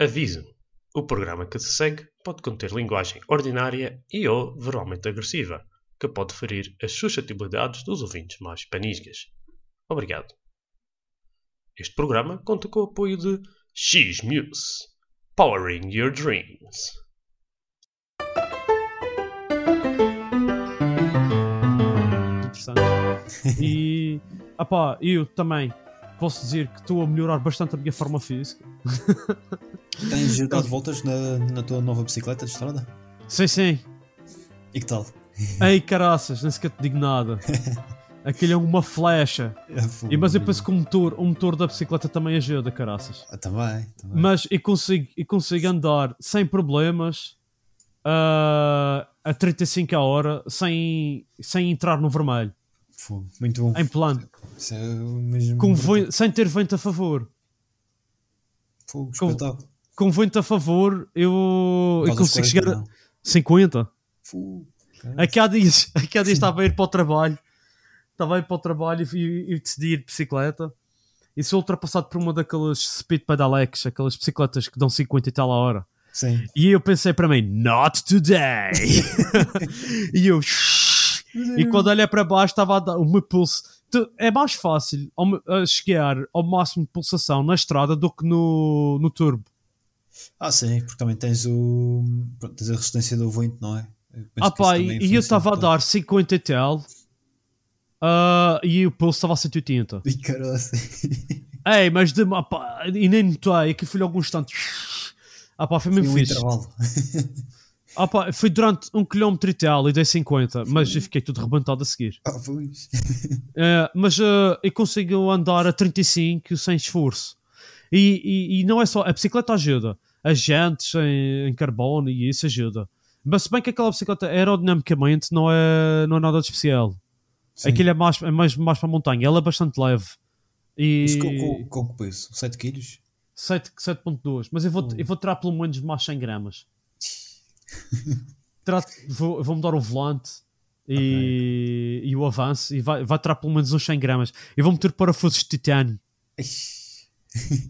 Aviso: o programa que se segue pode conter linguagem ordinária e/ou verbalmente agressiva, que pode ferir as suscetibilidades dos ouvintes mais panisgas. Obrigado. Este programa conta com o apoio de X-Muse Powering Your Dreams. interessante. E, opá, eu também posso dizer que estou a melhorar bastante a minha forma física. Tens dado voltas na, na tua nova bicicleta de estrada? Sim, sim. E que tal? Ei, caraças, nem sequer te digo nada. Aquilo é uma flecha. É, E, mas eu penso que o motor, o motor da bicicleta também ajuda, caraças. Ah, Também, também. Mas eu consigo, eu consigo andar sem problemas ah, a 35 a hora sem, sem entrar no vermelho, Fogo. Muito bom. em plano, Isso é o mesmo. com ven- sem ter vento a favor. Fogo, com- espetáculo. com vento a favor, eu, eu Faz os consigo chegar 40, a não. 50. Fogo, cara. Aqui há dias, aqui há dias estava a ir para o trabalho, estava a ir para o trabalho e, e decidi ir de bicicleta. E sou ultrapassado por uma daquelas speed pedalecs, aquelas bicicletas que dão 50 e tal a hora. Sim. E eu pensei para mim, not today! e eu. "Shhh." E quando olhei para baixo, estava a dar o meu pulso. Tu- É mais fácil ao me- a chegar ao máximo de pulsação na estrada do que no, no turbo. Ah, sim, porque também tens o. pronto, tens a resistência do ouvinte, não é? Eu penso Ah que isso pá, também e- e influencia eu estava a um dar 50 e tal ah, e o pulso estava a 180. bocado. Ih, caralho. Ei, mas de, ah, pá, e nem notei, aqui foi algum instante. Ah pá, foi mesmo Um fixe. intervalo. Ah pá, foi durante um quilómetro e tal e dei 50, mas eu fiquei tudo rebentado a seguir. Ah, pois. Eh, mas eh, eu consigo andar a 35 sem esforço. E, e- e não é só, a bicicleta ajuda. As jantes em, em carbono e isso ajuda. Mas se bem que aquela bicicleta aerodinamicamente não é, não é nada de especial. Sim. Aquilo é mais, é mais, mais para a montanha. Ela é bastante leve. Mas com, com, E com que peso? 7 quilos? sete- 7.2. Mas eu vou, Hum. eu vou tirar pelo menos mais 100 gramas. Trato- vou, vou mudar o volante e, e o avanço. E vai, vai tirar pelo menos uns 100 gramas. E vou meter parafusos de titânio. Ixi,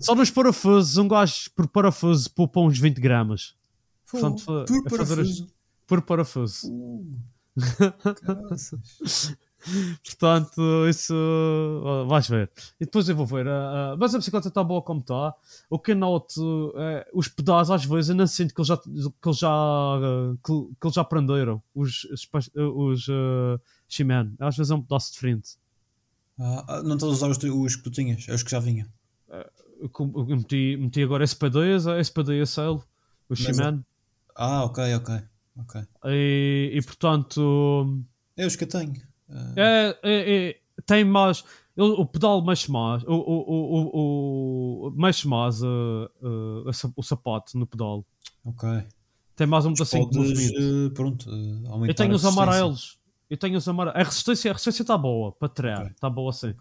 Só nos parafusos, um gajo por parafuso poupa uns 20 gramas. fogo, Portanto, Por a fazer as- parafuso. Por parafuso. Fogo. Caraças. Portanto, isso ah, vais ver. E depois eu vou ver. ah, ah, mas a bicicleta está boa como está. O que eu noto é os pedais, às vezes, eu não sinto que eles já, que eles já, ah, que, que eles já prenderam os, os, pa- os ah, Shiman. Às vezes é um pedaço de frente. Ah, ah, não estás a usar os, tu- os que tu tinhas, é os que já vinha. Eu, com- eu meti, meti agora SP2, a SP2 SL, é o Shiman. Ah, ok, ok. ok. E, e portanto, É os que eu tenho. Ah, É, é, é, tem mais. O, o pedal mexe mais. O, o, o, o, o- mexe mais uh, uh, a sa- o sapato no pedal. ok. Tem mais um Mas pedacinho de podes, movimento. eh, pronto, eh, aumentar Eu tenho a os resistência. amarelos. Eu tenho os amarelos. A resistência está boa para trear. Ok. Está boa assim.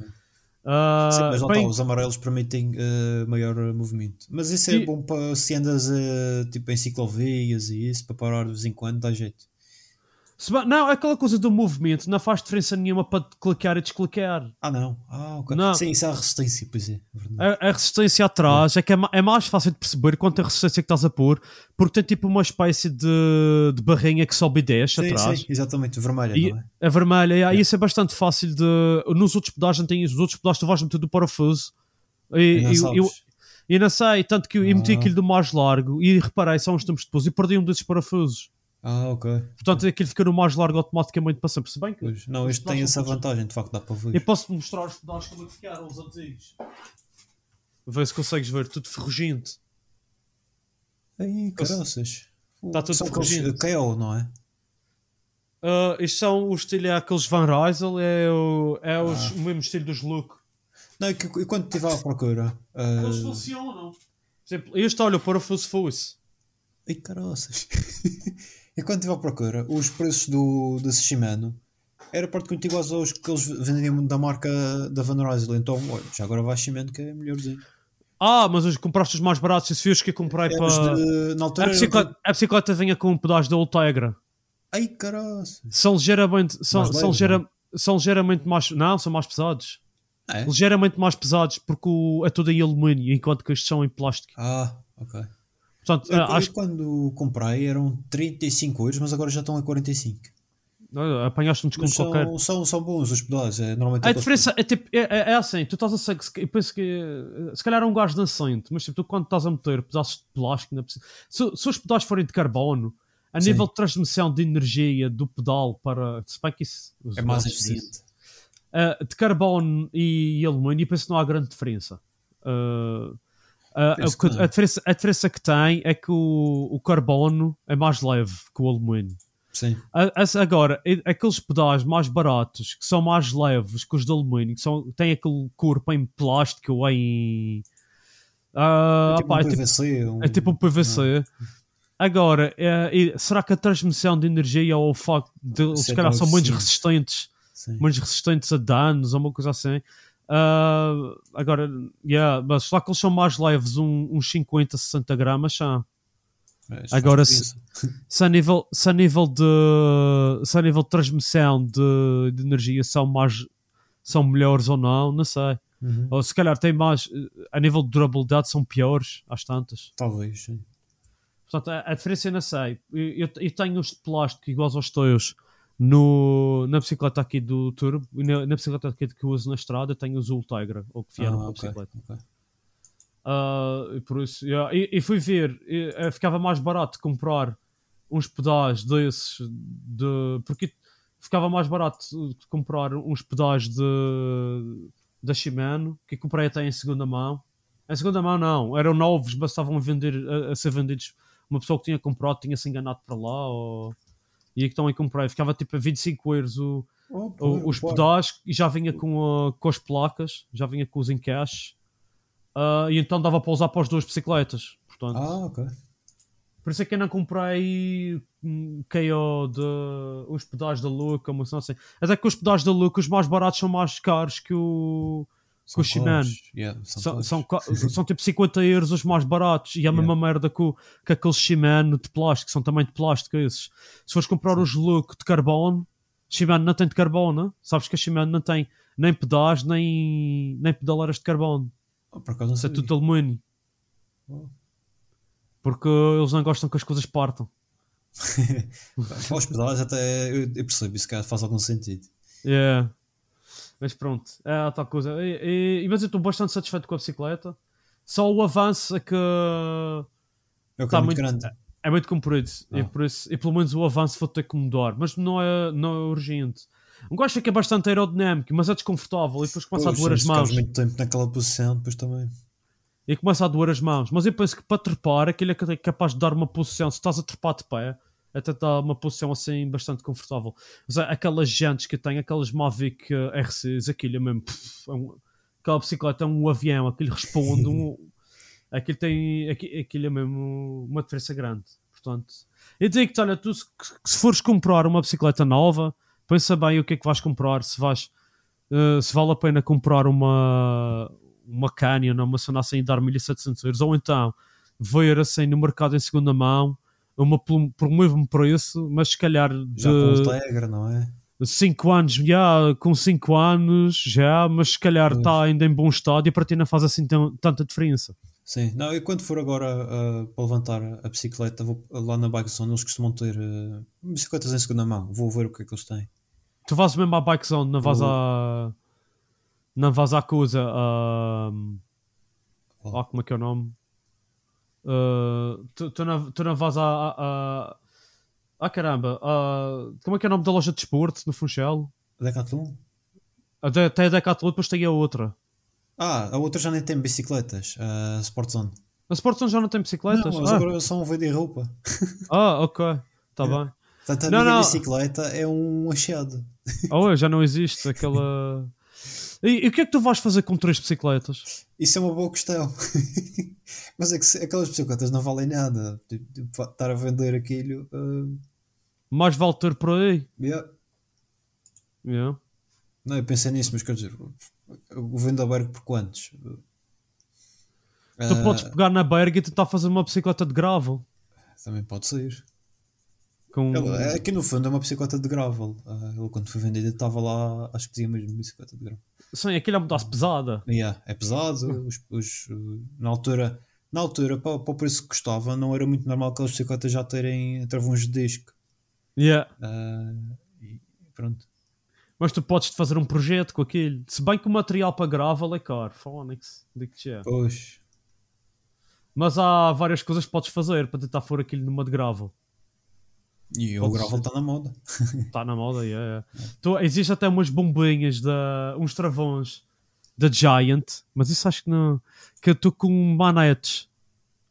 Ah, Sim, mas tá lá bem, está, os amarelos permitem eh, maior eh, movimento. Mas isso é E- bom para se andas eh, tipo em ciclovias e isso, para parar de vez em quando, dá jeito. se bem- não, é aquela coisa do movimento não faz diferença nenhuma para clicar e desclicar. Ah, não. Ah, ok. Não. Sim, isso é a resistência, pois é. é verdade. A, a resistência atrás é que é, ma- é mais fácil de perceber quanto a resistência que estás a pôr, porque tem tipo uma espécie de, de barrinha que sobe e desce sim, É, atrás. sim, exatamente, vermelha, E- não é? A vermelha, yeah, isso é bastante fácil de. Nos outros pedais não tem isso, os outros pedais tu vais meter do parafuso. E, Não e- sabes. eu, eu não sei, tanto que eu eu meti Ah. aquilo do mais largo e reparei só uns tempos depois e perdi um desses parafusos. Ah, ok. Portanto, aquilo fica no mais largo automaticamente para sempre. Se bem que. Pois. Não, este Nós tem não essa podemos- vantagem, de facto, dá para ver. Eu posso te mostrar os pedais como é que ficaram, os antigos. Vê se consegues ver, tudo ferrugente. Ai, caraças. Está tudo São aqueles, ferrugento. eh, KO, não é? Ah, estes são o estilo, é aqueles Van Rysel, é, o, é os- Ah. o mesmo estilo dos Look. Não, é que eu- eu quando estive à procura. ah, Eles funcionam. Por exemplo, este olha, o parafuso foi-se. Ai, caroças. e quando estive à procura, os preços do, desse Shimano era praticamente iguais aos que eles vendiam da marca da Van Rysel. Então, olha, já agora vai Shimano que é melhorzinho. Ah, mas os compraste os mais baratos, esses fios que eu comprei É, mas para. de- na A altura. bicicleta, a bicicleta vinha com um pedaço da Ultegra. Ai, caroças. São ligeiramente. São, Mais são, leves, ligeira- são ligeiramente mais. Não, são mais pesados. É? Ligeiramente mais pesados porque o, é tudo em alumínio, enquanto que estes são em plástico. Ah, ok. Portanto, Eu, ah, acho eu quando comprei eram 35 euros, mas agora já estão a 45. que ah, apanhaste um Mas desconto qualquer. são, são, são bons os pedaços. É, normalmente A aqueles- diferença é tipo, é, é- é assim, tu estás a ser, eu penso que eh, se calhar é um gajo dançante, mas tipo, tu quando estás a meter pedaços de plástico, na, se, se os pedais forem de carbono, a Sim. nível de transmissão de energia do pedal para. Se bem que isso. os é mais gajos dizem. eficiente. Ah, de carbono e, e alumínio, penso que não há grande diferença. Ah, ah, Penso o que- que não. a, diferença, a diferença que tem é que o, o carbono é mais leve que o alumínio. Sim. A- a- Agora, e- aqueles pedais mais baratos, que são mais leves que os de alumínio, que são, têm aquele corpo em plástico ou em. ah, é tipo pá, um é, tipo, PVC, um- é tipo um PVC. Ah. Agora, eh, e será que a transmissão de energia ou o facto de eles, Isso se é calhar, tão são menos eficiente. resistentes, Sim. menos resistentes a danos ou uma coisa assim? Ah, agora, yeah, mas será que eles são mais leves, um- uns 50, 60 gramas? São. Mas agora faz diferença. se a nível, se a nível de se a nível de transmissão de, de energia são mais são melhores ou não, não sei. Uhum. Ou se calhar tem mais eh, a nível de durabilidade são piores às tantas. Talvez. Sim. Portanto, a, a diferença eu não sei. Eu, eu- eu tenho os de plástico iguais aos teus no, na bicicleta aqui do Turbo e na, na bicicleta aqui que eu uso na estrada, eu tenho os Ultegra, ou que vieram Ah, com a ok, bicicleta. ok. Ah, e por isso, yeah. e, e fui ver, e, eh, ficava mais barato comprar uns pedais desses, de, porque ficava mais barato de comprar uns pedais de, da Shimano, que comprei até em segunda mão. Em segunda mão não, eram novos, mas estavam a, vender, a, a ser vendidos. Uma pessoa que tinha comprado tinha-se enganado para lá, ou... e então eu comprei. Ficava tipo a 25 euros o, Oh, pô, o- os pô. pedais e já vinha com, a- com as placas, já vinha com os encaixes Ah, e então dava para usar para as duas bicicletas. Portanto, Ah, ok. por isso é que eu não comprei hum, KO de os pedais da Luca, uma cena assim. Até que os pedais da Luca, os mais baratos, são mais caros que o. São Com o Shimano. clones. Yeah, são São, clones. são, ca- são tipo 50 euros os mais baratos e é a mesma merda que, o- que aqueles Shimano de plástico, são também de plástico esses. Se fores comprar os Look de carbono, Shimano não tem de carbono, sabes que a Shimano não tem nem pedais, nem, nem pedaleiras de carbono, Oh, por acaso não isso é sabia. tudo de alumínio. Oh. Porque eles não gostam que as coisas partam. Para os pedais até eu, eu percebo isso, que faz algum sentido. Yeah. Mas pronto, é tal coisa. E, e- mas eu estou bastante satisfeito com a bicicleta. Só o avanço é que É o que Tá é muito muito- grande. é muito comprido. E, Ah. por isso, e pelo menos o avanço vou ter que mudar. Mas não é, não é urgente. Um gajo fica bastante aerodinâmico, mas é desconfortável. E depois começa Pois, a doer as se ficarmos mãos. muito tempo naquela posição, depois também. E começa a doer as mãos. Mas eu penso que para trepar, aquilo é ca- capaz de dar uma posição. Se estás a trepar de pé, até dá uma posição assim bastante confortável. Mas há aquelas jantes que eu tenho, aquelas Mavic eh, RCs, aquilo é mesmo. pff, é um- aquela bicicleta é um avião, aquilo responde. Um, aquilo, tem, aqui- aquilo é mesmo uma diferença grande. Portanto, eu digo-te, olha, tu se, que se fores comprar uma bicicleta nova, pensa bem o que é que vais comprar. Se vais. eh, se vale a pena comprar uma, uma Canyon ou uma cena assim e dar 1700 euros, ou então ver assim no mercado em segunda mão uma pelo- por um mesmo preço, mas se calhar Já com o de Tegra, não é? 5 anos, já com 5 anos, já, mas se calhar Pois. está ainda em bom estado e para ti não faz assim tão- tanta diferença. Sim, não, eu quando for agora ah, para levantar a bicicleta, vou lá na Bike Zone, eles costumam ter ah, bicicletas em segunda mão, vou ver o que é que eles têm. Tu vais mesmo à bike zone, não vais Uhum. à. Não vais à coisa. à- Qual? ah, como é que é o nome? Ah, tu, tu, não, tu não vais à. à- à- Ah, caramba! ah, como é que é o nome da loja de desporto no Funchal? Decathlon? A de- Tem a Decathlon, depois tem a outra. Ah, a outra já nem tem bicicletas, a Sport Zone. A Sportzone já não tem Não, bicicletas? eles ah, agora É. só vendem roupa. ah, ok. Está bem. Portanto, a Não, minha não. bicicleta é um achado. Oh, já não existe aquela. E, e o que é que tu vais fazer com três bicicletas? Isso é uma boa questão. Mas é que se- aquelas bicicletas não valem nada. Tipo, tipo, Estar a vender aquilo. ah, Mais vale ter por aí? yeah. Yeah. Não, eu pensei nisso, mas quer dizer, o Vendaberg por quantos? Tu Ah, podes pegar na berga e tentar fazer uma bicicleta de gravel. Também pode sair. Com... Ele- é- aqui no fundo é uma bicicleta de gravel. Ah, ele quando foi vendida estava lá, acho que dizia mesmo bicicleta de gravel. Sim, aquilo é mudança pesada. Yeah, é pesado, os, os- na altura Na altura, para, para o preço que custava, não era muito normal aquelas bicicletas já terem travões de disco. Yeah. Ah, e pronto. Mas tu podes fazer um projeto com aquilo. Se bem que o material para gravel é caro. Phonics, digo-te já. Pois. Mas há várias coisas que podes fazer para tentar pôr aquilo numa de gravel. E o Pode gravel está na moda. Está tá na moda, yeah, yeah. Tu, existe até umas bombinhas, da, uns travões da Giant, mas isso acho que não. Que eu estou com manetes,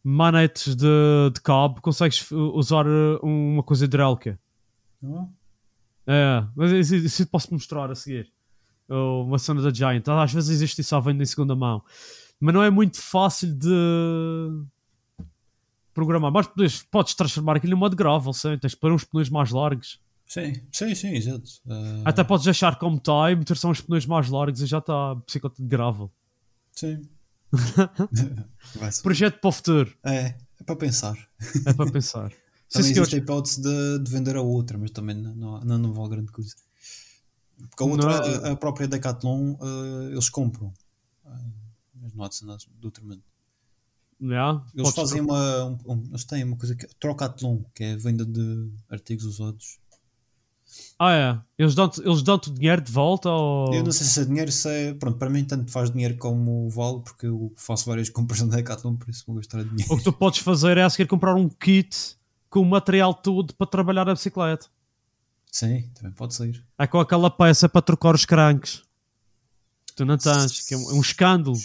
manetes de, de cabo, consegues uh, usar uh, uma coisa hidráulica. Não? É, mas isso, isso eu posso mostrar a seguir. Oh, Uma cena da Giant. Às vezes existe isso à venda em segunda mão, mas não é muito fácil de programar. Mas podes, podes transformar aquilo em modo gravel, sim. Tens de pôr uns pneus mais largos. Sim, sim, sim, exato. Ah, Até podes achar como está e meter só uns pneus mais largos e já está a bicicleta de gravel. Sim. Vai-se. Projeto para o futuro, é, é para pensar. é para pensar. Sim, Também senhores. existe a hipótese de, de vender a outra, mas também não, não, não, não vale grande coisa. Porque a outra, Não. é- a, a própria Decathlon, ah, eles compram. Ah, mas não há de ser nada do outro mundo. Yeah, Eles podes- fazem uma. um- um- eles têm uma coisa que é Trocatlon, que é a venda de artigos usados. Ah, é. Eles dão-te eles dão dinheiro de volta ou. Eu não sei se é dinheiro, se é. Pronto, para mim tanto faz dinheiro como vale, porque eu faço várias compras na Decathlon, por isso vou gastar dinheiro. O que tu podes fazer é a seguir comprar um kit com o material todo para trabalhar a bicicleta. Sim, também pode sair. É com aquela peça para trocar os cranques. Tu não tens, que é um, é um escândalo.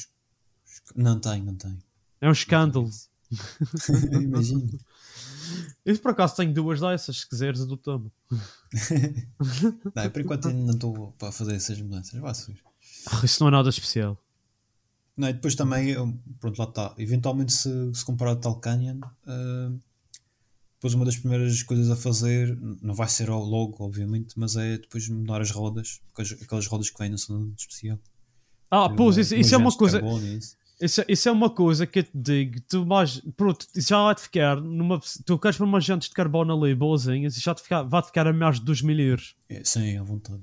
Não tem, não tem. É um escândalo. Imagino. Eu por acaso tenho duas dessas, se quiseres, eu tomo. Não, eu, por enquanto ainda não estou para fazer essas mudanças. Vá subir. Ah, isso não é nada especial. Não, e depois também, eu- pronto, lá está. tá, Eventualmente, se, se comprar o Tal Canyon, ah, depois uma das primeiras coisas a fazer, n- não vai ser ao- logo, obviamente, mas é depois mudar as rodas, porque as- aquelas rodas que vêm não são nada de especial. Ah, Tem pois, uma- isso, isso é umas uma gemas de coisa. carbono e isso. Isso, isso é uma coisa que eu te digo. Tu, mais, pronto, isso já vai te ficar. Numa, tu queres para umas jantes de carbono ali, boazinhas, e já te ficar, vai te ficar a mais de 2 mil euros. É, sim, à vontade.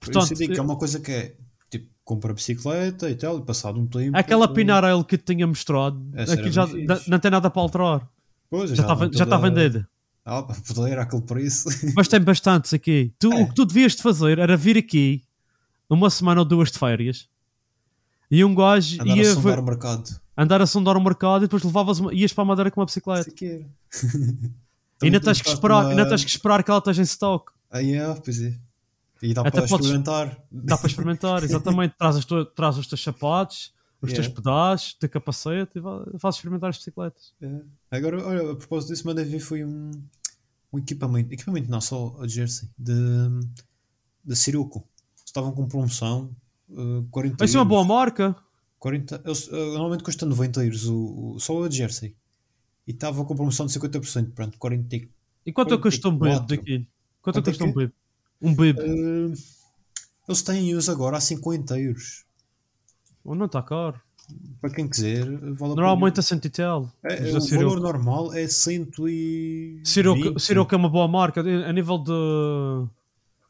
Portanto, Portanto, eh, eu digo que é uma coisa que é tipo, compra a bicicleta e tal, e passado um tempo. Aquela Pinarello que eu te tinha mostrado, Essa É, era aqui já bem da- fixe. não tem nada para alterar. Pois, Já está ven- já está vendida. Ah, poder, era aquele preço. Mas tem bastantes aqui. Tu, É. O que tu devias de fazer era vir aqui uma semana ou duas de férias e um gajo Andar a ia sondar ver- o mercado. andar a sondar o mercado e depois levavas uma- ias para a Madeira com uma Se bicicleta. quer. E ainda Também tens, que tens esperar, uma- ainda tens que esperar que ela esteja em stock. Ah, yeah, pois é. E dá Até para podes- experimentar. Dá para experimentar, exatamente. Traz, as tua- traz os teus sapatos, os Yeah. teus pedaços, o teu capacete e va- fazes experimentar as bicicletas. É. Agora, olha, a propósito disso, mandei vir foi um, um equipamento, equipamento não, só a jersey, de, de Siruco. Estavam com promoção, eh, 40 Isso é uma euros. boa marca. 40, eles, eh, normalmente custa 90 euros o, o- só a jersey. E estava com promoção de 50%, pronto, 40 e... E quanto é que custa um bib 44? daquilo? Quanto Quanto é que é custa um que bib? Um bib. Eh, eles têm os agora a 50 euros. Oh, não está caro. Para quem quiser, vale a pena. Normalmente a Centitela. É, é, Mas a o valor Siroco. normal é 100 e... Siroco 20 Siroco é uma boa marca. A nível de.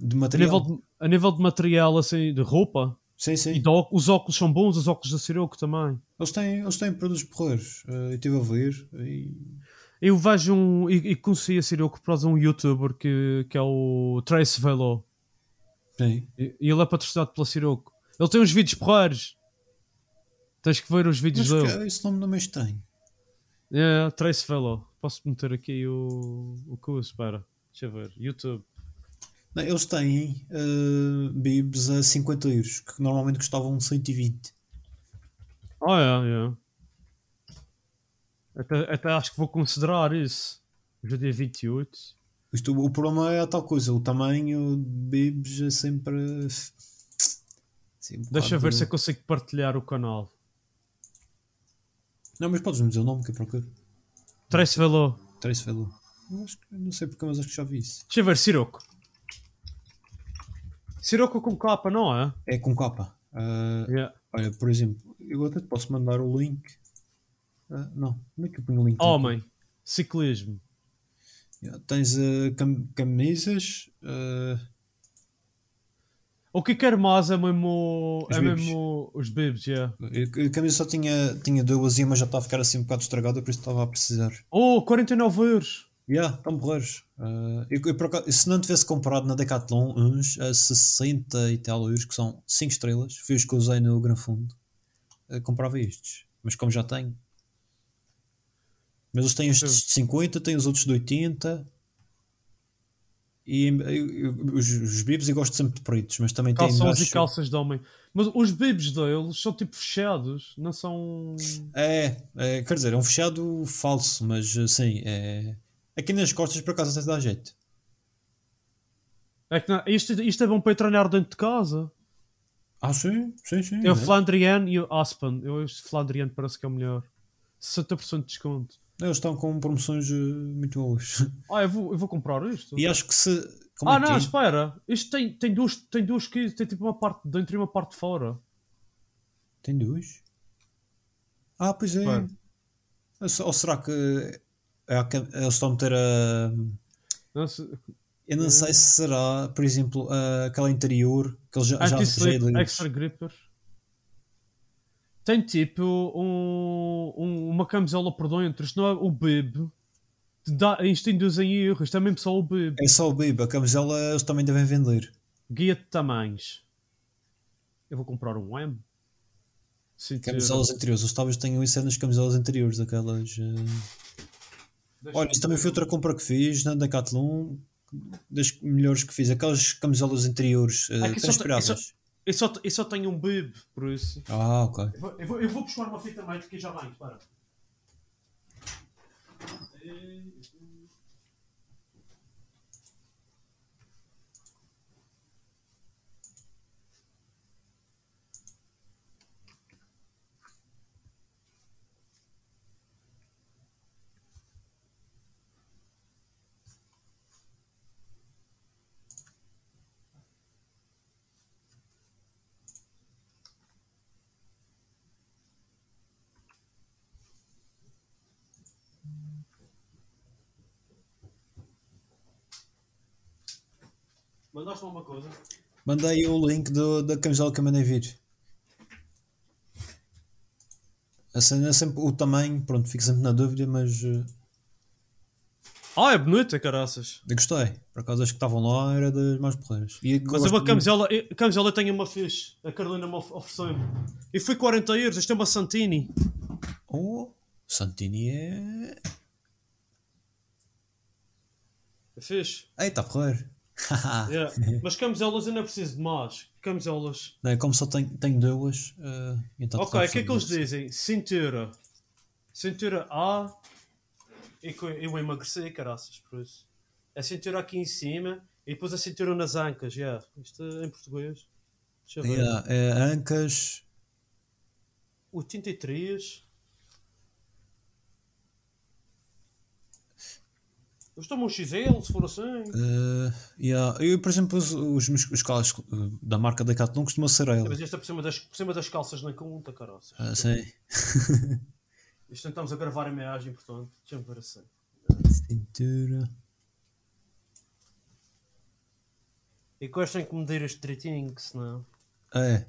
de A material. nível de, a nível de material, assim, de roupa. Sim, sim. E de óculos, os óculos são bons, os óculos da Siroco também. Eles têm, eles têm produtos porreiros. Eh, eu estive a ver e. Eu vejo um. E, e conheci a Siroco por causa de um youtuber que, que é o Trace Velo. Sim. E e ele é patrocinado pela Siroco. Ele tem uns vídeos porreiros. Tens que ver os vídeos Mas dele. que- esse nome não é estranho. É, Trace Fellow. Posso meter aqui o, o curso? Espera, deixa eu ver. YouTube. Não, eles têm eh, bibs a 50 euros, que normalmente custavam 120. Oh, é, é. Até, até acho que vou considerar isso. Hoje é dia 28. Isto, o problema é a tal coisa, o tamanho de bibs é sempre. eh, sim, um Deixa eu ver bocado- se eu consigo partilhar o canal. Não, mas podes-me dizer o nome que eu procuro. Trace Fellow. Trace Fellow. Eu acho que, não sei porque, mas acho que já vi isso. Deixa eu ver, Siroco. Siroco com capa, não é? É com capa. Eh, Yeah. Olha, por exemplo, eu até te posso mandar o link. Ah, não, como é que eu ponho o link? Homem. Ciclismo. ah, Tens eh, cam- camisas, eh, O que quero mais é mesmo. Os é bibs. mesmo os bibs, yeah. A camisa só tinha, tinha duas e uma já estava a ficar assim um bocado estragada, por isso estava a precisar. Oh, 49 euros. Yeah, estão porreiros. Ah, eu- eu por acaso- se não tivesse comprado na Decathlon uns a 60 e tal euros, que são 5 estrelas, foi os que eu usei no Gran Fundo, ah, comprava estes. Mas como já tenho. Mas eles têm estes de 50, têm os outros de 80. E eu- eu- os, os bibs eu gosto sempre de pretos, mas também têm Calções baixo- e calças de homem. Mas os bibs deles são tipo fechados, não são. É, é, quer dizer, é um fechado falso, mas assim, é... aqui nas costas por acaso até dá jeito. É que não- isto, isto é bom para eu treinar dentro de casa. Ah, sim, sim, sim. É o é. Flandrian e o Aspen. Eu acho que o Flandrian parece que é o melhor. 60% de desconto. Eles estão com promoções eh, muito boas. Ah, eu vou, eu vou comprar isto. E é acho que se. Como tá. ah, é que não, é? espera. Isto tem, tem duas, tem duas que tem tipo uma parte de dentro e uma parte de fora. Tem duas? Ah, pois é. Claro. Ou se- Ou será que é a cam- eles estão a meter a. Não sei- Eu não sei se será, por exemplo, a- aquela interior que eles já, já, já é Anti-slip, livre. extra gripper. Tem tipo um, um- uma camisola por dentro. Isto não é o bib. Dá, isto induzem erro. Isto é mesmo só o bib. É só o Biba, a camisola eles também devem vender. Guia de tamanhos. Eu vou comprar um M. Cintura. Camisolas anteriores, eles talvez tenham isso é nas camisolas anteriores, aquelas. eh. Deixa- Olha, isso também foi outra compra que fiz na Decathlon, das melhores que fiz, aquelas camisolas anteriores eh, Ah, que só- transpiráveis. que Eu só, eu só tenho um bib, por isso. Ah, ok. Eu vou, eu vou, eu vou buscar uma fita mais que já vem, para. Mandaste-me uma coisa. Mandei o link do- da camisola que eu mandei vir. A cena é sempre o tamanho, pronto, fico sempre na dúvida, mas eh, Ah, é bonita, caraças. eu gostei. Por acaso as que estavam lá era das mais porreiras. E a que Mas gosto eu vou a muito- camisola, eu- a camisola tem uma fixe. A Carolina me of- ofereceu-me. E foi 40 euros, isto é uma Santini. Oh, Santini é. É fixe. Ei, está porreiro. Haha. Yeah. Mas camisolas eu não preciso de mais. Camisolas. Não é, Como só tenho, tenho duas. eh, então ok, o está que é que eles feito. dizem? Cintura. Cintura A. E co- Eu emagreci, caraças, por isso. A cintura aqui em cima e depois a cintura nas ancas, yeah. Isto é em português. Deixa eu ver. Yeah, é, ancas. 83. Eu estou um XL, se for assim. eh, yeah. Eu, por exemplo, os, os, meus- os calos eh, da marca Decathlon costumam ser ele. Mas este é por cima das, por cima das calças na conta, caroças. Ah, sim. Isto tentamos a gravar a meagem, portanto. Deixa-me ver assim. Cintura. E com esta tem que medir este direitinho, que senão... É.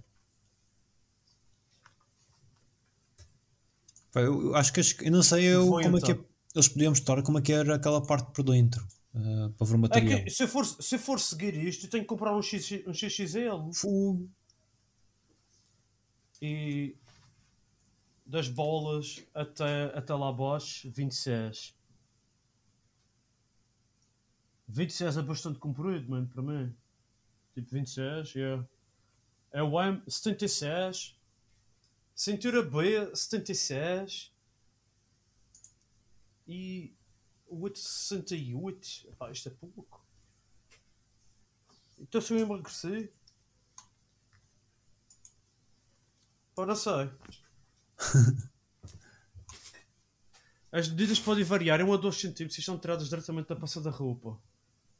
Pá, eu, eu acho que as- eu não sei eu, Foi, como é que então. é- eles podiam mostrar como é que era aquela parte por dentro ah, para ver o É material. que se eu, for, se eu for seguir isto, eu tenho que comprar um, X, um XXL. Fogo. E... Das bolas até, até lá abaixo, 26. 26 é bastante comprido, mano, para mim. Tipo 26, yeah. É o M 76. Cintura B 76. E o outro 68. Epá, isto é pouco. Então se eu emagreci. Pá, não sei. As medidas podem variar em 1 a 2 cm e são tiradas diretamente da passa da roupa.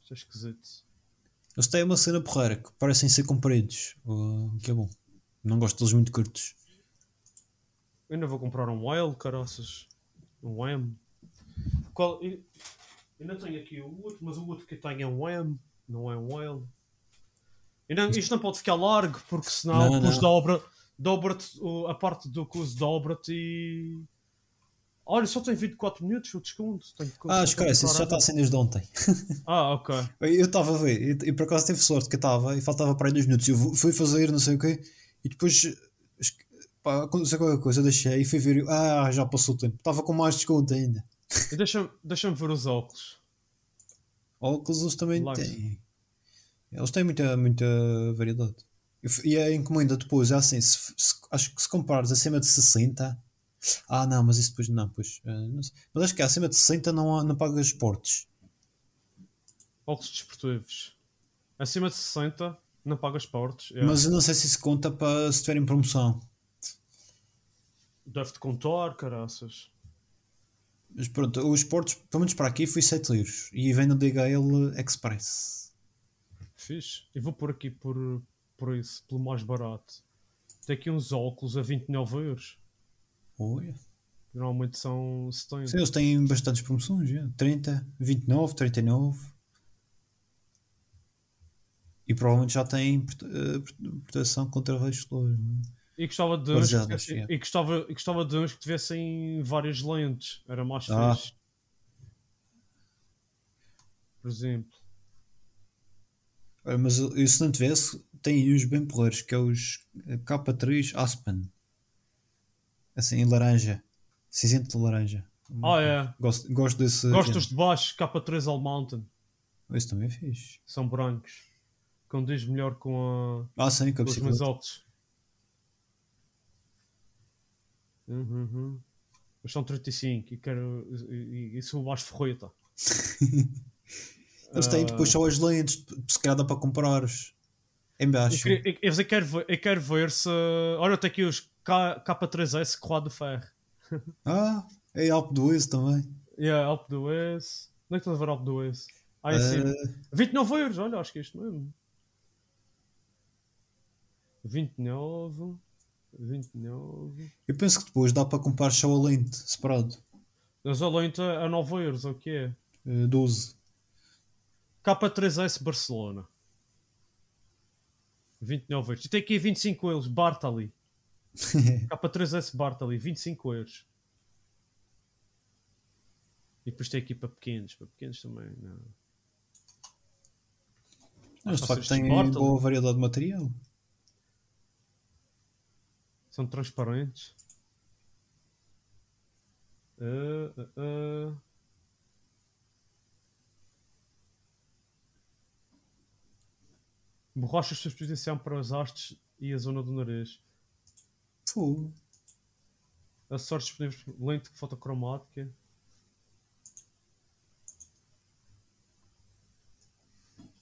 Isto é esquisito. Eles têm uma cena porreira que parecem ser compridos, o que é bom. Não gosto deles muito curtos. Eu ainda vou comprar um L, caroças. Um M. Qual... Eu eu não tenho aqui o outro, mas o outro que eu tenho é um M, não é um L. E não- isto não pode ficar largo, porque senão Não, não. depois dobra, dobra-te o- a parte do curso dobra-te e. Olha, só tem 24 minutos o desconto. Tenho que- Ah, só esquece, tenho isso que já está parar. a ser desde ontem. Ah, ok. Eu estava a ver, e- e por acaso teve sorte que eu estava, e faltava para aí dois minutos. Eu vo- fui fazer não sei o quê, e depois esque- pá, aconteceu qualquer coisa, eu deixei e fui ver. e- Ah, já passou o tempo. Estava com mais desconto ainda. E Deixa-me deixa ver os óculos. Óculos eles também Live. têm. Eles têm muita, muita variedade. E f- E a encomenda depois é assim: se f- se- acho que se comprares acima de 60. Ah, não, mas isso depois não, pois. ah, não sei. Mas acho que acima de 60 não, há- não pagas portes. Óculos desportivos. Acima de 60, não pagas portes. É. Mas eu não sei se isso conta para se tiverem promoção. Deve-te contar, caraças. Mas pronto, os portos, pelo menos para aqui, foi 7 euros. E vem no DHL Express. Fixe. E vou pôr aqui por, por isso, pelo mais barato. Tem aqui uns óculos a 29 euros. Olha. Normalmente são 70. Sim, eles têm bastantes promoções, é. já. 30, 29, 39. E provavelmente já têm prote- eh, prote- proteção contra raios solares. não é? E gostava de uns que Baseadas, tivessem, yeah. e gostava, e gostava de uns que tivessem várias lentes. Era mais Ah. fixe. Por exemplo. Olha, é? Eh, Mas eu, eu, se não tivesse, tem uns bem porreiros, que é os eh, K3 Aspen. Assim, em laranja. Cinzento de laranja. Ah, é. Gosto, gosto desse. Gosto género. dos de baixo, K3 All Mountain. Esse também é fixe. São brancos. Condiz melhor com, a, Ah, sim, com a com os meus bicicleta. óculos. Uhum, uhum. Mas são 35 e quero. E, e, e sou mais ferroita. Eles ah, têm depois só as lentes, se calhar dá para comprar-os em Ah, Eu, baixo. queria- eu- eu quero ver, eu quero ver se. Olha, eu tenho aqui os K, K3S Croix de Ferro. Ah, é Alpe do Ezo também. Yeah, Alpe do Wes. Onde é que estás a ver Alpe do Wes? Ah, em Eh, cima. 29 euros, olha, acho que é isto mesmo. 29. 29. eu penso que depois dá para comprar só a lente, separado. Mas a lente a 9 euros, o que é? Eh, 12. K3S Barcelona. 29 euros. E tem aqui 25 euros, Bartali. K3S Bartali, 25 euros. E depois tem aqui para pequenos. Para pequenos também, não. Mas só de facto seres tem Bartali. boa variedade de material. São transparentes. Ah, ah, ah. Borrachas de substituição para as hastes e a zona do nariz. Fogo. Acessórios disponíveis por lente fotocromática.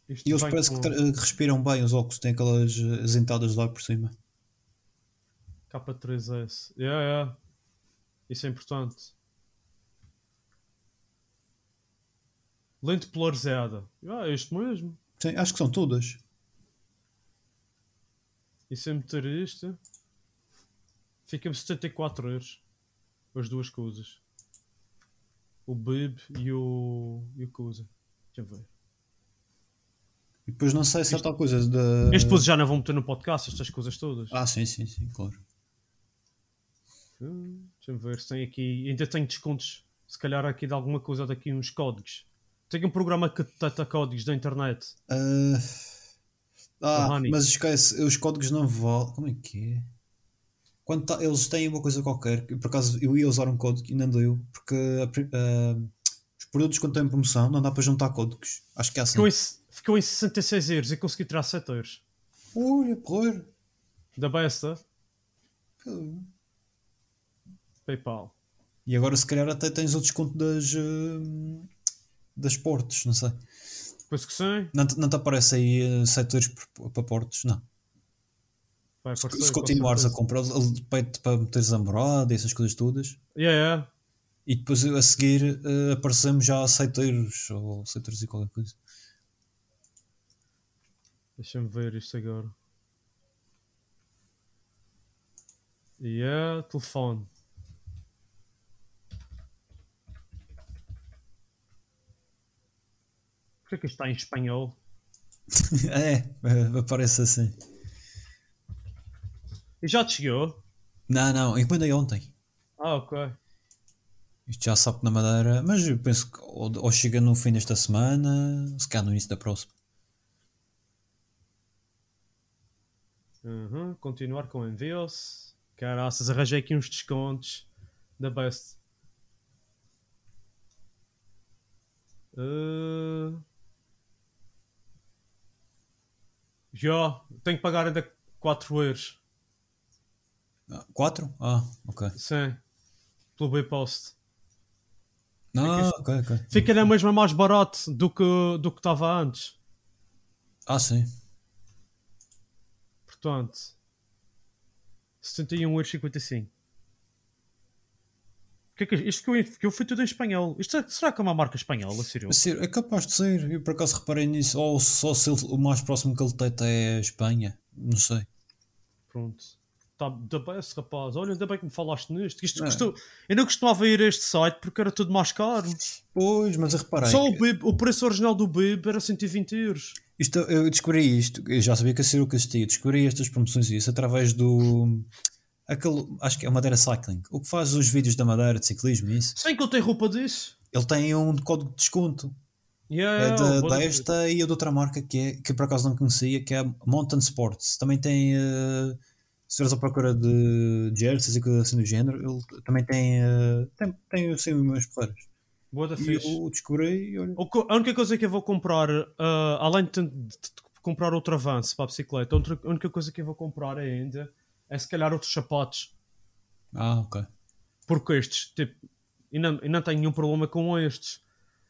Isto E eles vem parece com que tra- eh, respiram bem os óculos, têm aquelas eh, azentadas lá por cima. K3S. Yeah, yeah. Isso é importante. Lente polarizada. Ah, é isto mesmo. Sim, acho que são todas. E sem é meter isto, fica-me 74 euros. As duas coisas. O bib e o. e o coisa. Deixa eu ver. E depois não sei se há tal coisa da. Este pose já não vão meter no podcast, estas coisas todas. Ah, sim, sim, sim, claro. Hum, Deixa eu ver se tem aqui. Ainda tenho descontos. Se calhar aqui de alguma coisa, daqui uns códigos. Tem um programa que detecta códigos da internet. Eh, O Ah, Honey. mas esquece, os códigos não valem. Como é que é? Quando tá- eles têm uma coisa qualquer, que por acaso eu ia usar um código e não deu, porque a pri- ah, os produtos quando têm promoção não dá para juntar códigos. Acho que é assim. Ficou em, ficou em 66 euros e consegui tirar 7 euros. Olha, porra. Da besta, PayPal. E agora se calhar até tens o desconto das, ah, das portes, não sei. Depois que sim, Não, te- não te aparece aí ah, setores por- para portes, não. vai Se, aparecer. se com continuares a certeza. comprar, ele pede-te para meteres a morada e essas coisas todas. Yeah, yeah. E depois a seguir eh, aparecemos já a seiteiros ou seiteiros e qualquer coisa. Deixa-me ver isto agora. Yeah, telefone. Porquê que isto está em espanhol? é, eh, aparece assim. E já te chegou? Não, não, encomendei ontem. Ah, ok. Isto já sabe que na Madeira, mas eu penso que ou, ou chega no fim desta semana, se calhar no início da próxima. Uhum, Continuar com envios. Caraças, arranjei aqui uns descontos da Best. Uh... Já, tenho que pagar ainda 4 euros. Ah, Quatro? Ah, ok. Sim, pelo B-Post. Não, Ah, ok, ok. Fica na mesma mais barato do que do que estava antes. Ah, sim. Portanto, 71,55€. Que é que, isto que eu, que eu fui tudo em espanhol. Isto é- será que é uma marca espanhola, Ciro? Mas ser, é capaz de ser, eu por acaso reparei nisso, ou só se ele- o mais próximo que ele tenta é a Espanha, não sei. Pronto. Tá, da best, rapaz. Olha, ainda bem que me falaste nisto. que Isto É. custou- Eu não costumava ir a este site porque era tudo mais caro. Pois, mas eu reparei, Só o, bib, o preço original do Bib era 120 euros. isto, eu descobri isto, eu já sabia que a Ciro que existia, descobri estas promoções e isso através do, aquele, acho que é o Madeira Cycling, o que faz os vídeos da Madeira de ciclismo e isso, Sem que ele tem roupa disso. ele tem um código de desconto, Yeah, é da, boa da da- esta e a de outra marca que, é, que eu por acaso não conhecia, que é a Mountain Sports, também tem... eh, se estiveres à procura de jerseys e coisas assim do género, ele também tem, eh, tem, tem assim, umas porreiras. Boa da E fixe. eu descobri e olha. O co- A única coisa que eu vou comprar, ah, além de, de- de comprar outro avanço para a bicicleta, outra- a única coisa que eu vou comprar ainda é se calhar outros sapatos. Ah, ok. Porque estes, tipo, e não, e não tenho nenhum problema com estes.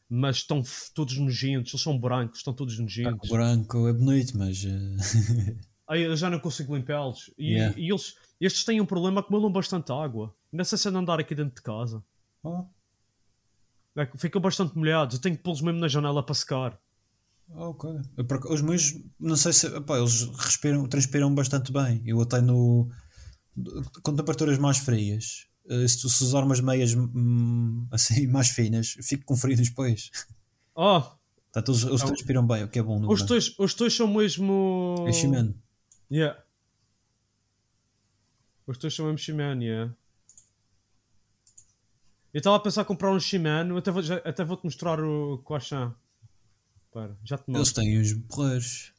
Mas estão f- todos nojentos, eles são brancos, estão todos nojentos. O branco é bonito, mas. eh, Aí eu já não consigo limpá-los. E, Yeah. e eles, estes têm um problema que melam bastante água. Ainda sei se é de andar aqui dentro de casa. oh, É que Ficam bastante molhados, eu tenho que pô-los mesmo na janela para secar. Ah, ok. Eu por ac- Os meus, não sei se. epá, eles respiram, transpiram bastante bem. Eu até no. Com temperaturas mais frias, eh, se tu se usar umas meias hum, assim, mais finas, fico com frio depois. Oh, Portanto, eles, eles Não. transpiram bem, o que é bom. No os, branco. dois, os dois são mesmo. É chimano. Yeah. Os teus são mesmo Shimano, yeah. Eu estava a pensar em comprar um Shimano, até, vou, já- até vou-te mostrar o quais são. Espera, já te Eles mostro. têm uns borreiros.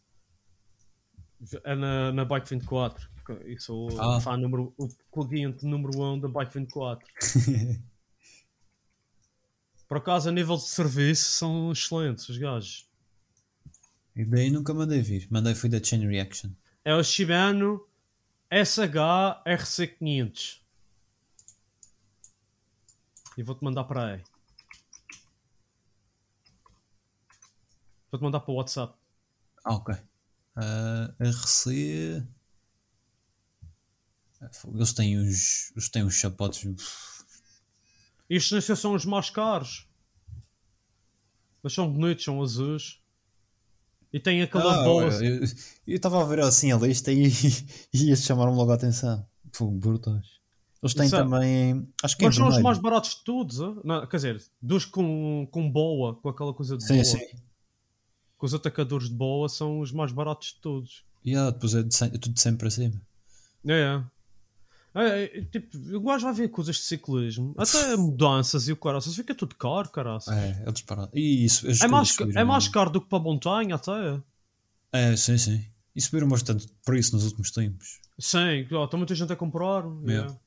É na, na Bike 24. porque Eu sou o Ah. fã número, o cliente número 1 um da Bike 24. Por acaso, a nível de serviço, são excelentes os gajos. E bem, nunca mandei vir. Mandei foi da Chain Reaction. É o Shimano SHRC500. E vou-te mandar para aí. Vou-te mandar para o WhatsApp. Ah, ok. Ah, RC. Ah, fogo, Eles têm os, eles têm os sapatos. Estes nem sei se são os mais caros. Mas são bonitos, são azuis. E tem aquela Ah, bola. olha, eu- eu estava a ver assim a lista e, e eles chamaram logo a atenção. Fogo, brutais. Eles têm Exato. também. Acho que é Mas são os vermelho. mais baratos de todos. hã? Não, quer dizer, dos com, com boa, com aquela coisa de Sim, boa. sim. Com os atacadores de boa são os mais baratos de todos. Yeah, depois é, de, cem- é tudo de 100 para cima. É. É, é, tipo, eu gosto de ver coisas de ciclismo, até mudanças e o caraças, fica tudo caro, caraças. É, É, é disparado. E isso, as mais, coisas é subiram- mais caro do que para a montanha, até. É, sim, sim. E subiram bastante por isso nos últimos tempos. Sim, ó, está muita gente a comprar. Yeah. Yeah.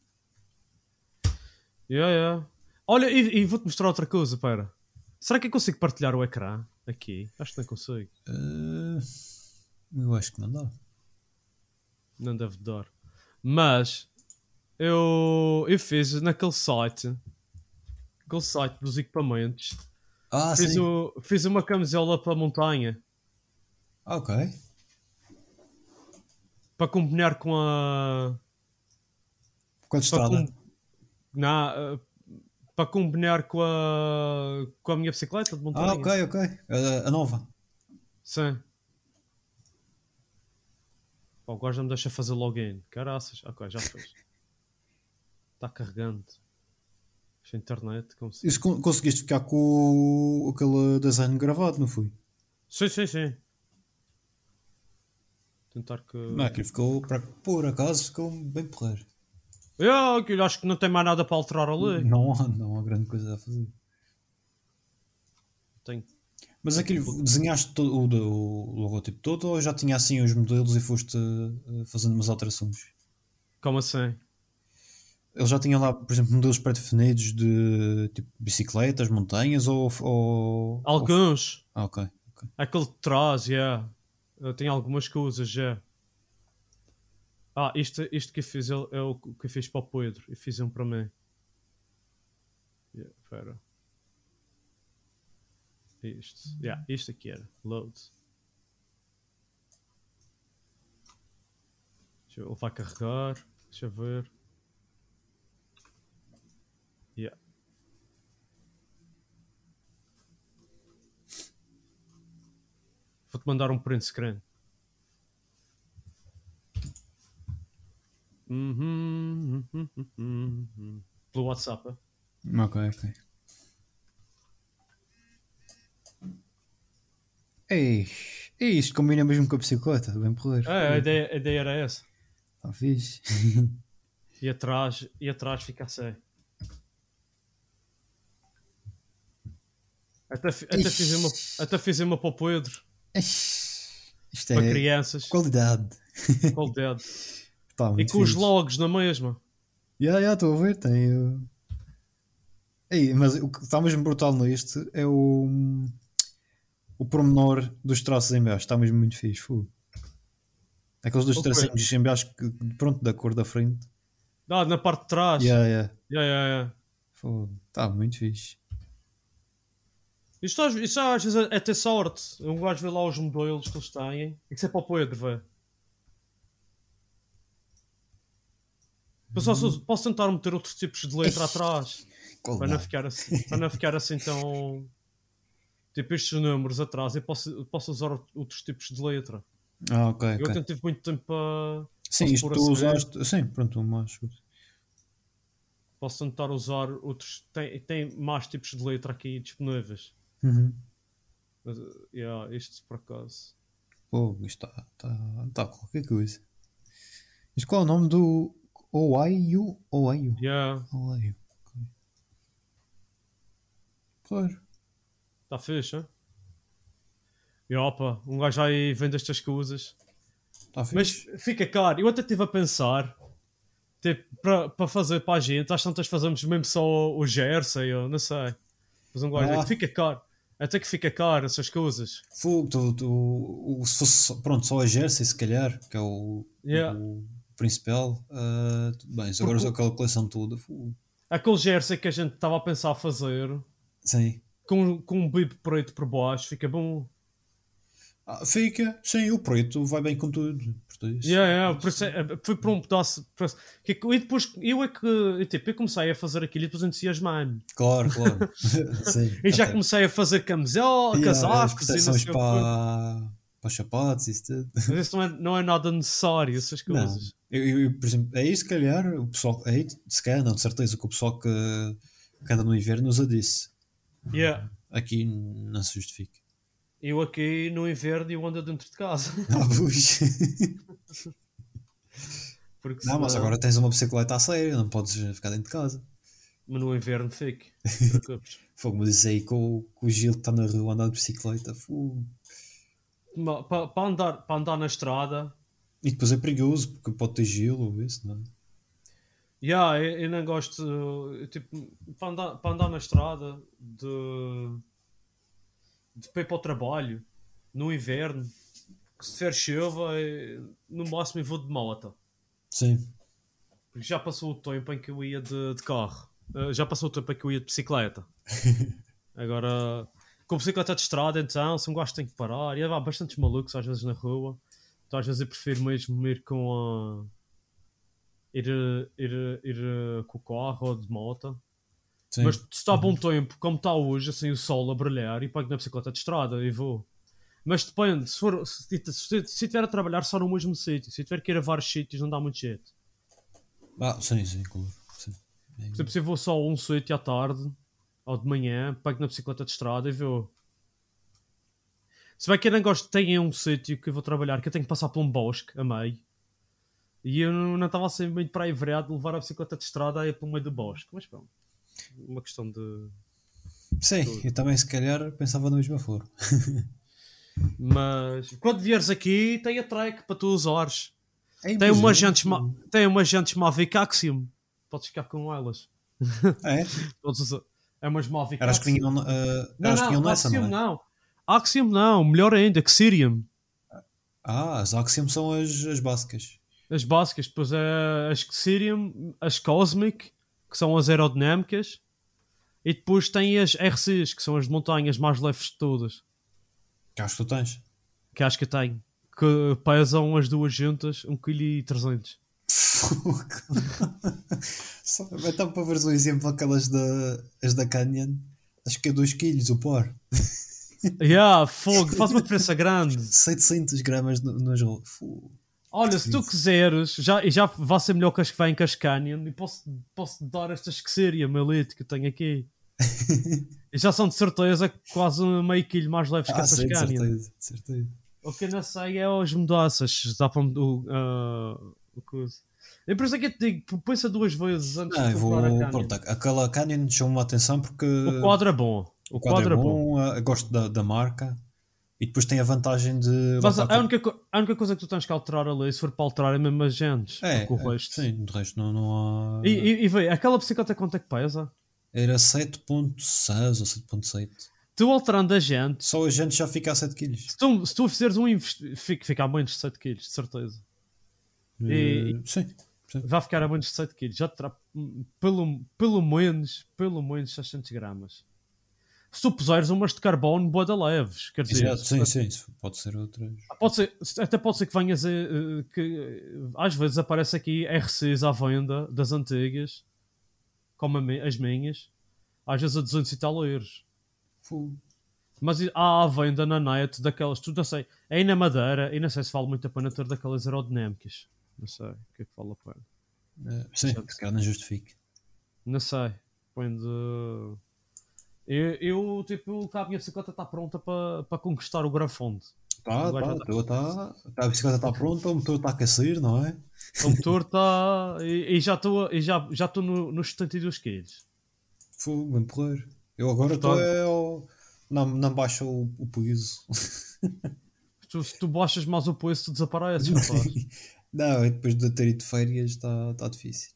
Yeah, yeah. é. Olha, e, e vou-te mostrar outra coisa, pera. Será que eu consigo partilhar o ecrã aqui? Acho que não consigo. Ah, eu acho que não dá. Não deve dar. Mas eu, eu fiz naquele site, aquele site dos equipamentos, Ah, fiz, sim. o- fiz uma camisola para a montanha Ah, Ok. para combinar com a. Quanto Para, estrada? com, na, eh, para combinar com a, com a minha bicicleta de montanha. Ah, ok, ok. Eh, A, a nova. Sim. Pá, o gajo não me deixa fazer login. Caraças. Ok, já fez. Está carregando. Isto é internet, como se. Isso con- conseguiste ficar com o- aquele desenho gravado, não foi? Sim, sim, sim. Tentar que. Não, aquilo ficou, pra- por acaso, ficou bem porreiro. Eu, aquilo acho que não tem mais nada para alterar ali. Não há, não há grande coisa a fazer. Tenho- Mas aquilo, desenhaste todo, o, do- o logotipo todo ou já tinha assim os modelos e foste eh, fazendo umas alterações? Como assim? Ele já tinha lá, por exemplo, modelos pré-definidos de tipo bicicletas, montanhas ou. ou ou- Alguns. Ah, ok. ok. Aquele de trás, yeah. Eu tenho algumas coisas, já. Ah, isto, isto que eu fiz é, o- é o que eu fiz para o Pedro. E fiz um para mim. Yeah, espera. Isto. Yeah, isto aqui era. Load. Deixa eu, ele vai carregar. Deixa eu ver. Yeah. Vou-te mandar um print screen. Uhum, uhum, uhum, uhum. Pelo WhatsApp. é? Ok, ok. Ei, ei, isto combina mesmo com a bicicleta, bem porreiro. É, a ideia, a ideia era essa. Tá fixe. E atrás, e atrás fica assim. Até, fi- até, Ixi. fiz uma, até fiz uma para o Pedro, Isto para é crianças, qualidade. com o dedo. Tá, E muito com os fixe. logos na mesma. Já, já, estou a ver, tem. uh, Ei, mas o que está mesmo brutal neste é o. O pormenor dos traços em baixo, está mesmo muito fixe. Fu. Aqueles dos Ok. tracinhos em baixo, que, pronto, da cor da frente. Ah, na parte de trás. Já, já. Yeah, yeah, yeah. Fu, Está muito fixe. Isto, às- isso às vezes é ter sorte. Um gajo vê lá os modelos que eles têm. Isso é para o Pedro, velho. Posso, posso tentar meter outros tipos de letra atrás para não Qualidade. ficar assim, para não ficar assim tão. Tipo estes números atrás. Eu posso, posso usar outros tipos de letra. Ah, ok, Eu ok. até tive muito tempo para. Sim, posso isto pôr a tu seguir. usaste. Sim, pronto, um mas. Posso tentar usar outros. Tem, tem mais tipos de letra aqui disponíveis. Uhum. Mas, eh, yeah, isto por acaso. Pô, isto está. Está tá qualquer coisa. Isto qual é o nome do. Oaio? Oaio? Yeah, Oaio. Claro. Está Tá fixe, hein? E opa, um gajo vai e vende estas coisas. Tá fixe. Mas fica caro. Eu até estive a pensar, tipo, para fazer para a gente, às tantas fazemos mesmo só o Jersey, eu não sei. Mas um gajo Ah. é que fica caro. Até que fica caro essas coisas. Fogo, tu, tu- o- se fosse só- pronto, só a Jersey, se calhar, que é o, Yeah. o principal. ah, tudo bem, se agora Porque- usou aquela coleção toda. fogo. Aquele Jersey que a gente estava a pensar fazer, Sim. com, com um bibo preto por baixo, fica bom. Ah, fica, sim, o preto vai bem com tudo. Portanto, isso- Yeah, yeah, por isso é- foi por um pedaço. por isso- que- que- E depois eu é que eu, tipo, eu comecei a fazer aquilo e depois entusiasmei-me. Claro, claro. sim. E já Até- comecei a fazer camisola, Yeah, as casacos, e não proteções sei o quê. para, para os sapatos, isso tudo. Mas isso não é, não é nada necessário, essas Não. coisas. Eu, eu- eu, por exemplo, aí se calhar o pessoal, aí se calhar não, de certeza que o pessoal que, que anda no inverno usa disso. Yeah. Aqui não se justifica. Eu aqui no inverno eu ando dentro de casa. Não, pois. Porque Não, mas senão- agora tens uma bicicleta a sério, não podes ficar dentro de casa. Mas no inverno fico. não te preocupes. Fogo, mas isso aí com, o- com o Gil que está na rua andando de bicicleta, fogo. Ma- pa- Para andar, para andar na estrada, E depois é perigoso, porque pode ter gelo ou isso, não é? yeah, eu, eu não gosto. eu, Tipo, para andar, para andar na estrada de. de para ir para o trabalho, no inverno, que se tiver chuva, eu- no máximo eu vou de moto. Sim. Porque já passou o tempo em que eu ia de, de carro. Eh, já passou o tempo em que eu ia de bicicleta. Agora, com bicicleta de estrada, então, se um gajo tem que parar. E há bastantes malucos às vezes na rua. Então, às vezes eu prefiro mesmo ir com a. ir, eh, ir, eh, ir, eh, com o carro ou de moto. Sim. Mas se está bom tempo, como está hoje, assim, o sol a brilhar, e pego na bicicleta de estrada e vou. Mas depende, se, for, se, se, se tiver a trabalhar só no mesmo sítio, se tiver que ir a vários sítios, não dá muito jeito. Ah, sim, sim, claro. Sim. Por exemplo, se eu vou só a um sítio à tarde ou de manhã, pego na bicicleta de estrada e vou. Se bem que eu não gosto, tem um sítio que eu vou trabalhar que eu tenho que passar por um bosque a meio. E eu não estava assim muito para aí variado levar a bicicleta de estrada aí pelo meio do bosque. Mas pronto, uma questão de. Sim, eu também se calhar pensava da mesma forma. Mas quando vieres aqui, tem a track para tu usares. É Tem impossível. umas jantes, ma... tem umas jantes Mavic Axiom. Podes ficar com elas. É? Podes usar. É umas Mavic Eras que Axiom. vinham, ah, Não, eras que vinham não, nessa, Axiom não é? não. Axiom não, melhor ainda, Xirium. Ah, as Axiom são as, as básicas. As básicas, depois é as Xirium, as Cosmic, que são as aerodinâmicas, e depois tem as RCs, que são as de montanhas mais leves de todas, Que acho que tu tens. que acho que eu tenho, que pesam as duas juntas 1,3 kg. Só- então, para veres um exemplo, aquelas da, as da Canyon, acho que é 2 kg o par. Yeah, fogo, faz uma diferença grande. 700 gramas no, no jogo. Fu. Olha, se tu quiseres, já, e já vai ser melhor que as que vêm com as Canyon e posso, posso dar estas que seria, meu elite, que eu tenho aqui. e já são de certeza quase um meio quilo mais leves que Ah, essas sim, de Canyon. certeza, de certeza. O que eu não sei é as mudanças, dá para mudar o, ah, o coisa. E por isso é que eu te digo, pensa duas vezes antes Não, de Ah, eu comprar a vou. Canyon. Pronto, aquela Canyon chamou-me a atenção porque O quadro é bom. O, o quadro é bom. bom, ah, eu gosto da, da marca e depois tem a vantagem de. Mas lá é um a, está, a única, co- a única coisa que tu tens que alterar ali, se for para alterar, é mesmo as gentes. É, porque o é, resto- sim, de resto não, não há. E, e, e vê, aquela bicicleta quanto é que pesa? Era 7.6 ou 7.7. Tu alterando a gente, Só a gente já fica a 7 quilos. se tu, se tu fizeres um investimento, fica a menos de 7 kg, de certeza. E- Eh, Sim. Vai ficar a menos de 7 kg, já terá hum, pelo, pelo menos, pelo menos 600 gramas. Se tu puseres umas de carbono, boa da leves, quer dizer, Exato, sim, sim, isso pode ser outras. pode ser, até pode ser que venhas a, eh, que eh, às vezes aparece aqui RCs à venda das antigas, como a mi- as minhas, às vezes a 200 e tal euros. Fu. Mas ah, i- há à venda na net daquelas, tudo não sei, é aí na Madeira, e não sei se vale muito a pena ter daquelas aerodinâmicas. Não sei o que é que vale a pena. Eh, Sim, Exato. se calhar não justifique. Não sei. Depende. de- Eu, eu tipo, cá a minha bicicleta está pronta para para conquistar o Grafonde. Tá, Agora tá, já a tá. tua tá, tá, a bicicleta está pronta, o motor está a aquecer, não é? O motor está. E, e já estou já, já estou no, nos 72 quilos. Fogo, bem porreiro. Eu agora estou Portanto- é ao... Não, não baixa o, o peso. Tu, se tu baixas mais o peso, tu desapareces, rapaz. Não, é depois de ter ido de férias está tá difícil.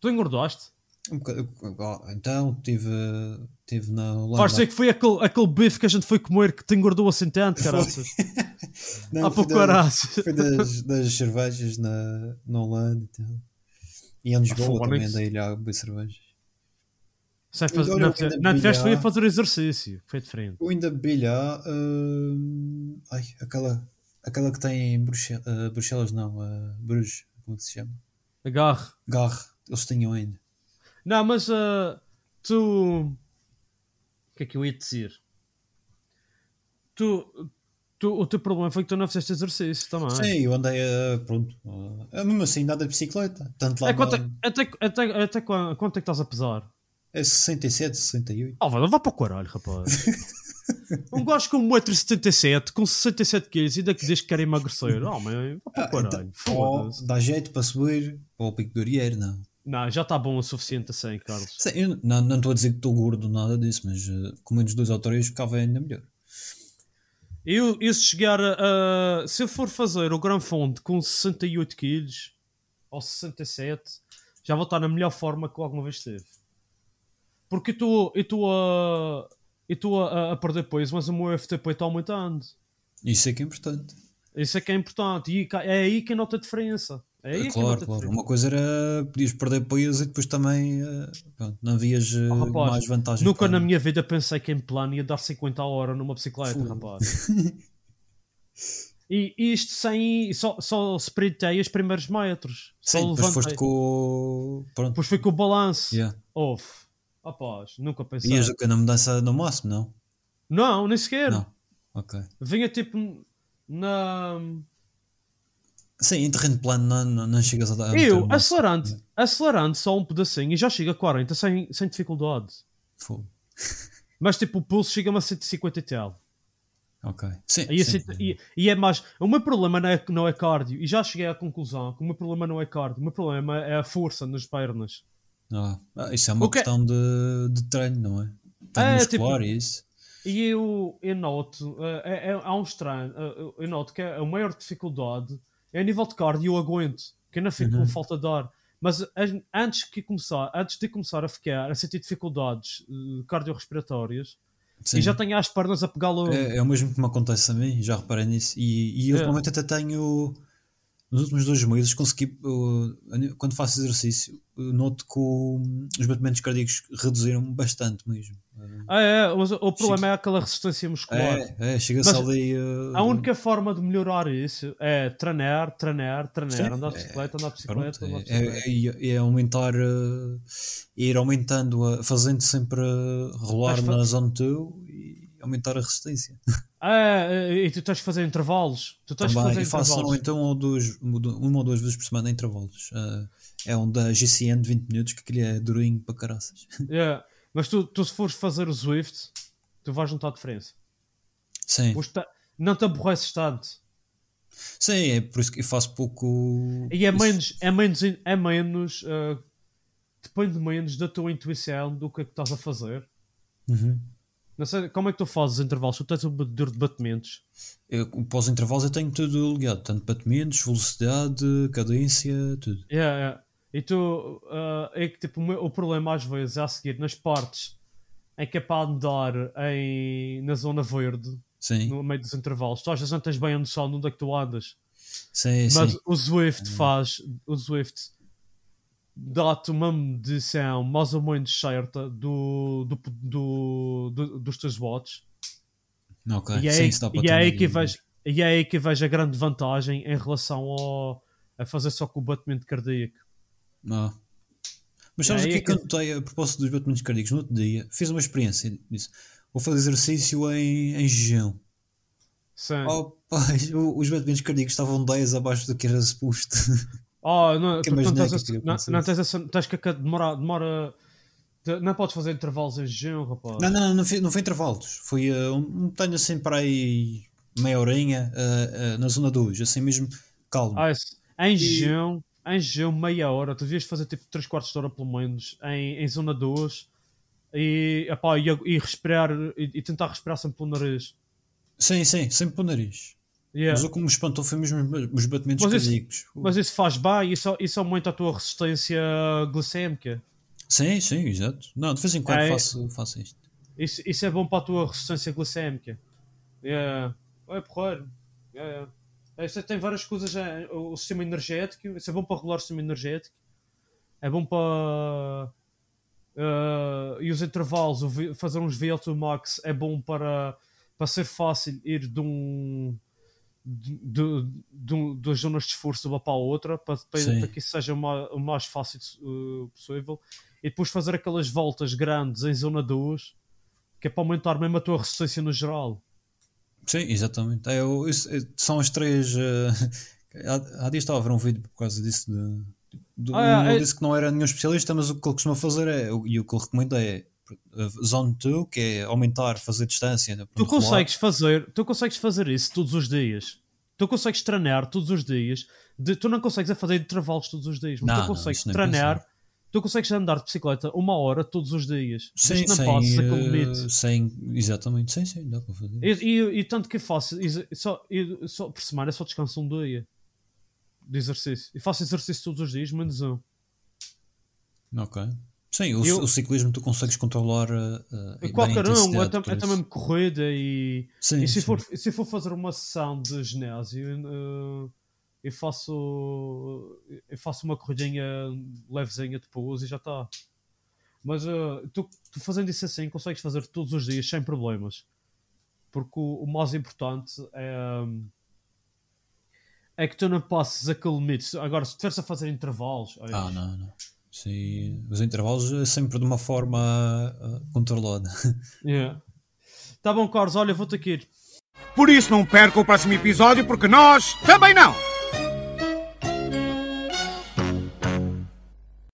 tu engordaste? Um bocado- ah, então, tive, tive na Holanda. Faz ser que foi aquele, aquele bife que a gente foi comer que te engordou assim tanto, caraças. Não, Há fui pouco da- caraças. Foi das, das cervejas na, na Holanda e tal. E em Lisboa Ah, fogo, também Alex. andei lá a beber cervejas. Sem fazer- Agora não eu vou fizeste- na não tiveste foi a bilhar. fazer exercício, foi diferente. Eu ainda bebi lá. hum, ai, aquela, aquela que tem em Bruxelas, Bruxelas não, ah, Bruges, como que se chama? Agarre. Garre, eles tinham ainda. Não, mas ah, tu. O que é que eu ia dizer? Tu, tu, o teu problema foi que tu não fizeste exercício também. Sim, eu andei, ah, pronto. ah, mesmo assim, nada de bicicleta. Tanto lá É, quanto, na- até, até, até quan- quanto é que estás a pesar? é 67, 68. Ah, vai, vai para o caralho, rapaz. um gajo com 1,77m, com 67kg, ainda que diz que quer emagrecer. Oh, mãe, vai para o Ah, então, caralho. ó, Foda-se. dá jeito para subir para o pico do Arieiro, não. Não, já está bom o suficiente assim, Carlos. Sim, eu não não estou a dizer que estou gordo, nada disso, mas ah, com menos dois ou três ficava ainda melhor. Eu, eu se chegar a, a- Se eu for fazer o Gran Fonte com 68 quilos ou 67, já vou estar na melhor forma que eu alguma vez teve. Porque eu estou- eu estou a. Eu estou a, a- a perder peso, mas o meu FTP está aumentando. Isso é que é importante. Isso é que é importante. E ca- é aí que eu noto a diferença. É aí que eu noto claro, a claro. diferença. Uma coisa era podias perder peso e depois também eh, pronto, não havias eh, Oh, rapaz, mais vantagens. Nunca para na mim. minha vida pensei que em plano ia dar 50 a hora numa bicicleta, Fogo. rapaz. E isto sem. Só, só sprintei os primeiros metros. Só Sim, depois foste levantei. com. o- Pronto. Depois foi com o balanço. Yeah. Houve. Rapaz, nunca pensei. Ias o que na mudança no máximo, não? Não, nem sequer. Não. Ok. Vinha tipo na. Sim, em terreno plano não, não, não chegas a dar. a meter Eu, o máximo. acelerando, acelerando só um pedacinho e já chego a 40 sem, sem dificuldade. Fogo. Mas tipo, o pulso chega-me a 150 e tal. Ok. Sim. E, sim. assim- e- e é mais. O meu problema não é, não é cardio. E já cheguei à conclusão que o meu problema não é cardio. O meu problema é a força nas pernas. Ah, ah, isso é uma O que- questão de, de treino, não é? Treino É, muscular tipo- e isso. E eu, eu noto. eh, é- é- há um estranho. eh, eu noto que a maior dificuldade é a nível de cardio. Eu aguento. Que eu não fico Uhum. com falta de ar. Mas as- antes, que começar, antes de começar a ficar, a sentir dificuldades eh, cardiorrespiratórias, Sim. e já tenho as pernas a pegar logo. É, é o mesmo que me acontece a mim, já reparei nisso. E, e eu Hum. É. realmente até tenho. Nos últimos dois meses consegui. eu, quando faço exercício, eu noto que o- os batimentos cardíacos reduziram bastante mesmo. Eh, Ah, é, mas o problema é aquela resistência muscular. É, é, chega-se Mas um ali. A Uhum. única forma de melhorar isso é treinar, treinar, treinar, Sim, andar de é, bicicleta, andar de bicicleta, Pronto, andar de é, bicicleta. é- é aumentar, eh, ir aumentando, a- fazendo sempre eh, rolar Mas fa- na zona teu e aumentar a resistência. Ah, e tu tens de fazer intervalos. Tu tens de Também, fazer e faço ou intervalos. então ou dois, uma ou duas vezes por semana em intervalos. Eh, é um da GCN de 20 minutos que aquele é durinho para caraças. É, Mas tu, tu se fores fazer o Swift, tu vais notar a diferença. Sim, Os ta- Não te aborreces tanto. sim, é por isso que eu faço pouco. E é isso. menos, é menos, é menos, ah, depende menos da tua intuição do que é que estás a fazer. Uhum. Não sei, como é que tu fazes os intervalos? Tu tens o medidor de batimentos. Eu, pós intervalos eu tenho tudo ligado, tanto batimentos, velocidade, cadência, tudo. Yeah, yeah. E tu, ah, é que tipo, o meu- o problema às vezes é a seguir nas partes em que é para andar em, na zona verde, Sim, no meio dos intervalos, tu às vezes não tens bem a noção de onde é que tu andas. sim, Uhum. Mas sim. o Swift faz, o Swift dá-te uma medição mais ou menos certa do, do, do- do- dos teus watts. Ok, E é, sim, aí- isso dá para e é ter aí uma- que vejo, e é aí que vejo a grande vantagem em relação ao, a fazer só com o batimento cardíaco. Ah. Mas E sabes o aí que é é que eu que- notei a propósito dos batimentos cardíacos? No outro dia fiz uma experiência disso. Vou fazer exercício em, em jejum. Sim. Oh, pai, o- os batimentos cardíacos estavam 10 abaixo do que era suposto. Oh, não, Que tu não imaginei tens, que essa- aquilo não, acontecesse. não tens, essa- tens que aca- demora, demora te- não podes fazer intervalos em jejum, rapaz. Não, não, não, não foi, não foi intervalos. Foi eh, um um tenho assim para aí meia horinha eh, eh, na zona 2, assim mesmo calmo. Ah, isso. Em jejum, em jejum, meia hora, tu devias fazer tipo 3 quartos de hora pelo menos em, em zona 2 e, epá, e, e respirar e, e tentar respirar sempre pelo nariz. Sim, sim, sempre para o nariz. Yeah. Mas o que me espantou foi mesmo os- os batimentos Mas isso- cardíacos. Mas isso faz bem, isso, isso aumenta a tua resistência glicémica. Sim, sim, exato. Não, de vez em quando Ah, é- faço, faço isto. Isso, isso é bom para a tua resistência glicémica. É, é porreiro. É, é. Isso tem várias coisas. é, o o sistema energético. Isso é bom para regular o sistema energético. É bom para. eh, e os intervalos, o V- fazer uns VO2 max é bom para, para ser fácil ir de um. De, de, de um- das zonas de esforço de uma para a outra para, para, Sim. para que isso seja o ma- o mais fácil eh, possível e depois fazer aquelas voltas grandes em zona 2 que é para aumentar mesmo a tua resistência no geral. Sim, exatamente. É, eu- isso- é, são as três. eh, há, há dias estava a ver um vídeo por causa disso. De, de- Ah, é, um, ele é- disse que não era nenhum especialista, mas o que ele costuma fazer é, e o que ele recomenda é eh, zone 2, que é aumentar, fazer distância. né, Tu pronto, rolar. consegues fazer, tu consegues fazer isso todos os dias. Tu consegues treinar todos os dias. De- tu não consegues é fazer intervalos todos os dias, mas Não, tu não, consegues isso não é treinar. possível. Tu consegues andar de bicicleta uma hora todos os dias. Sim, Isto não sem, passa eh, com limite. sem- Exatamente, sim, sim, dá para fazer. E, e- e tanto que eu faço, e só, e só por semana eu só descanso um dia de exercício. E faço exercício todos os dias, menos um. Ok. Sim, o, Eu- o ciclismo tu consegues controlar eh, eh, Qualquer bem a um, intensidade, até, por até isso. mesmo corrida e, Sim, E se, sim. for, e se for fazer uma sessão de ginásio, eh, eu faço eu faço uma corridinha levezinha depois e já está. Mas eh, tu, tu fazendo isso assim, consegues fazer todos os dias sem problemas. Porque o, o mais importante é, é que tu não passes aquele limite. Se- Agora, se estiveres a fazer intervalos, olha, Ah, não, não. Sim, os intervalos é sempre de uma forma eh, controlada. yeah. tá bom, Carlos, olha, vou-te aqui. Por isso não perca o próximo episódio, porque nós também não!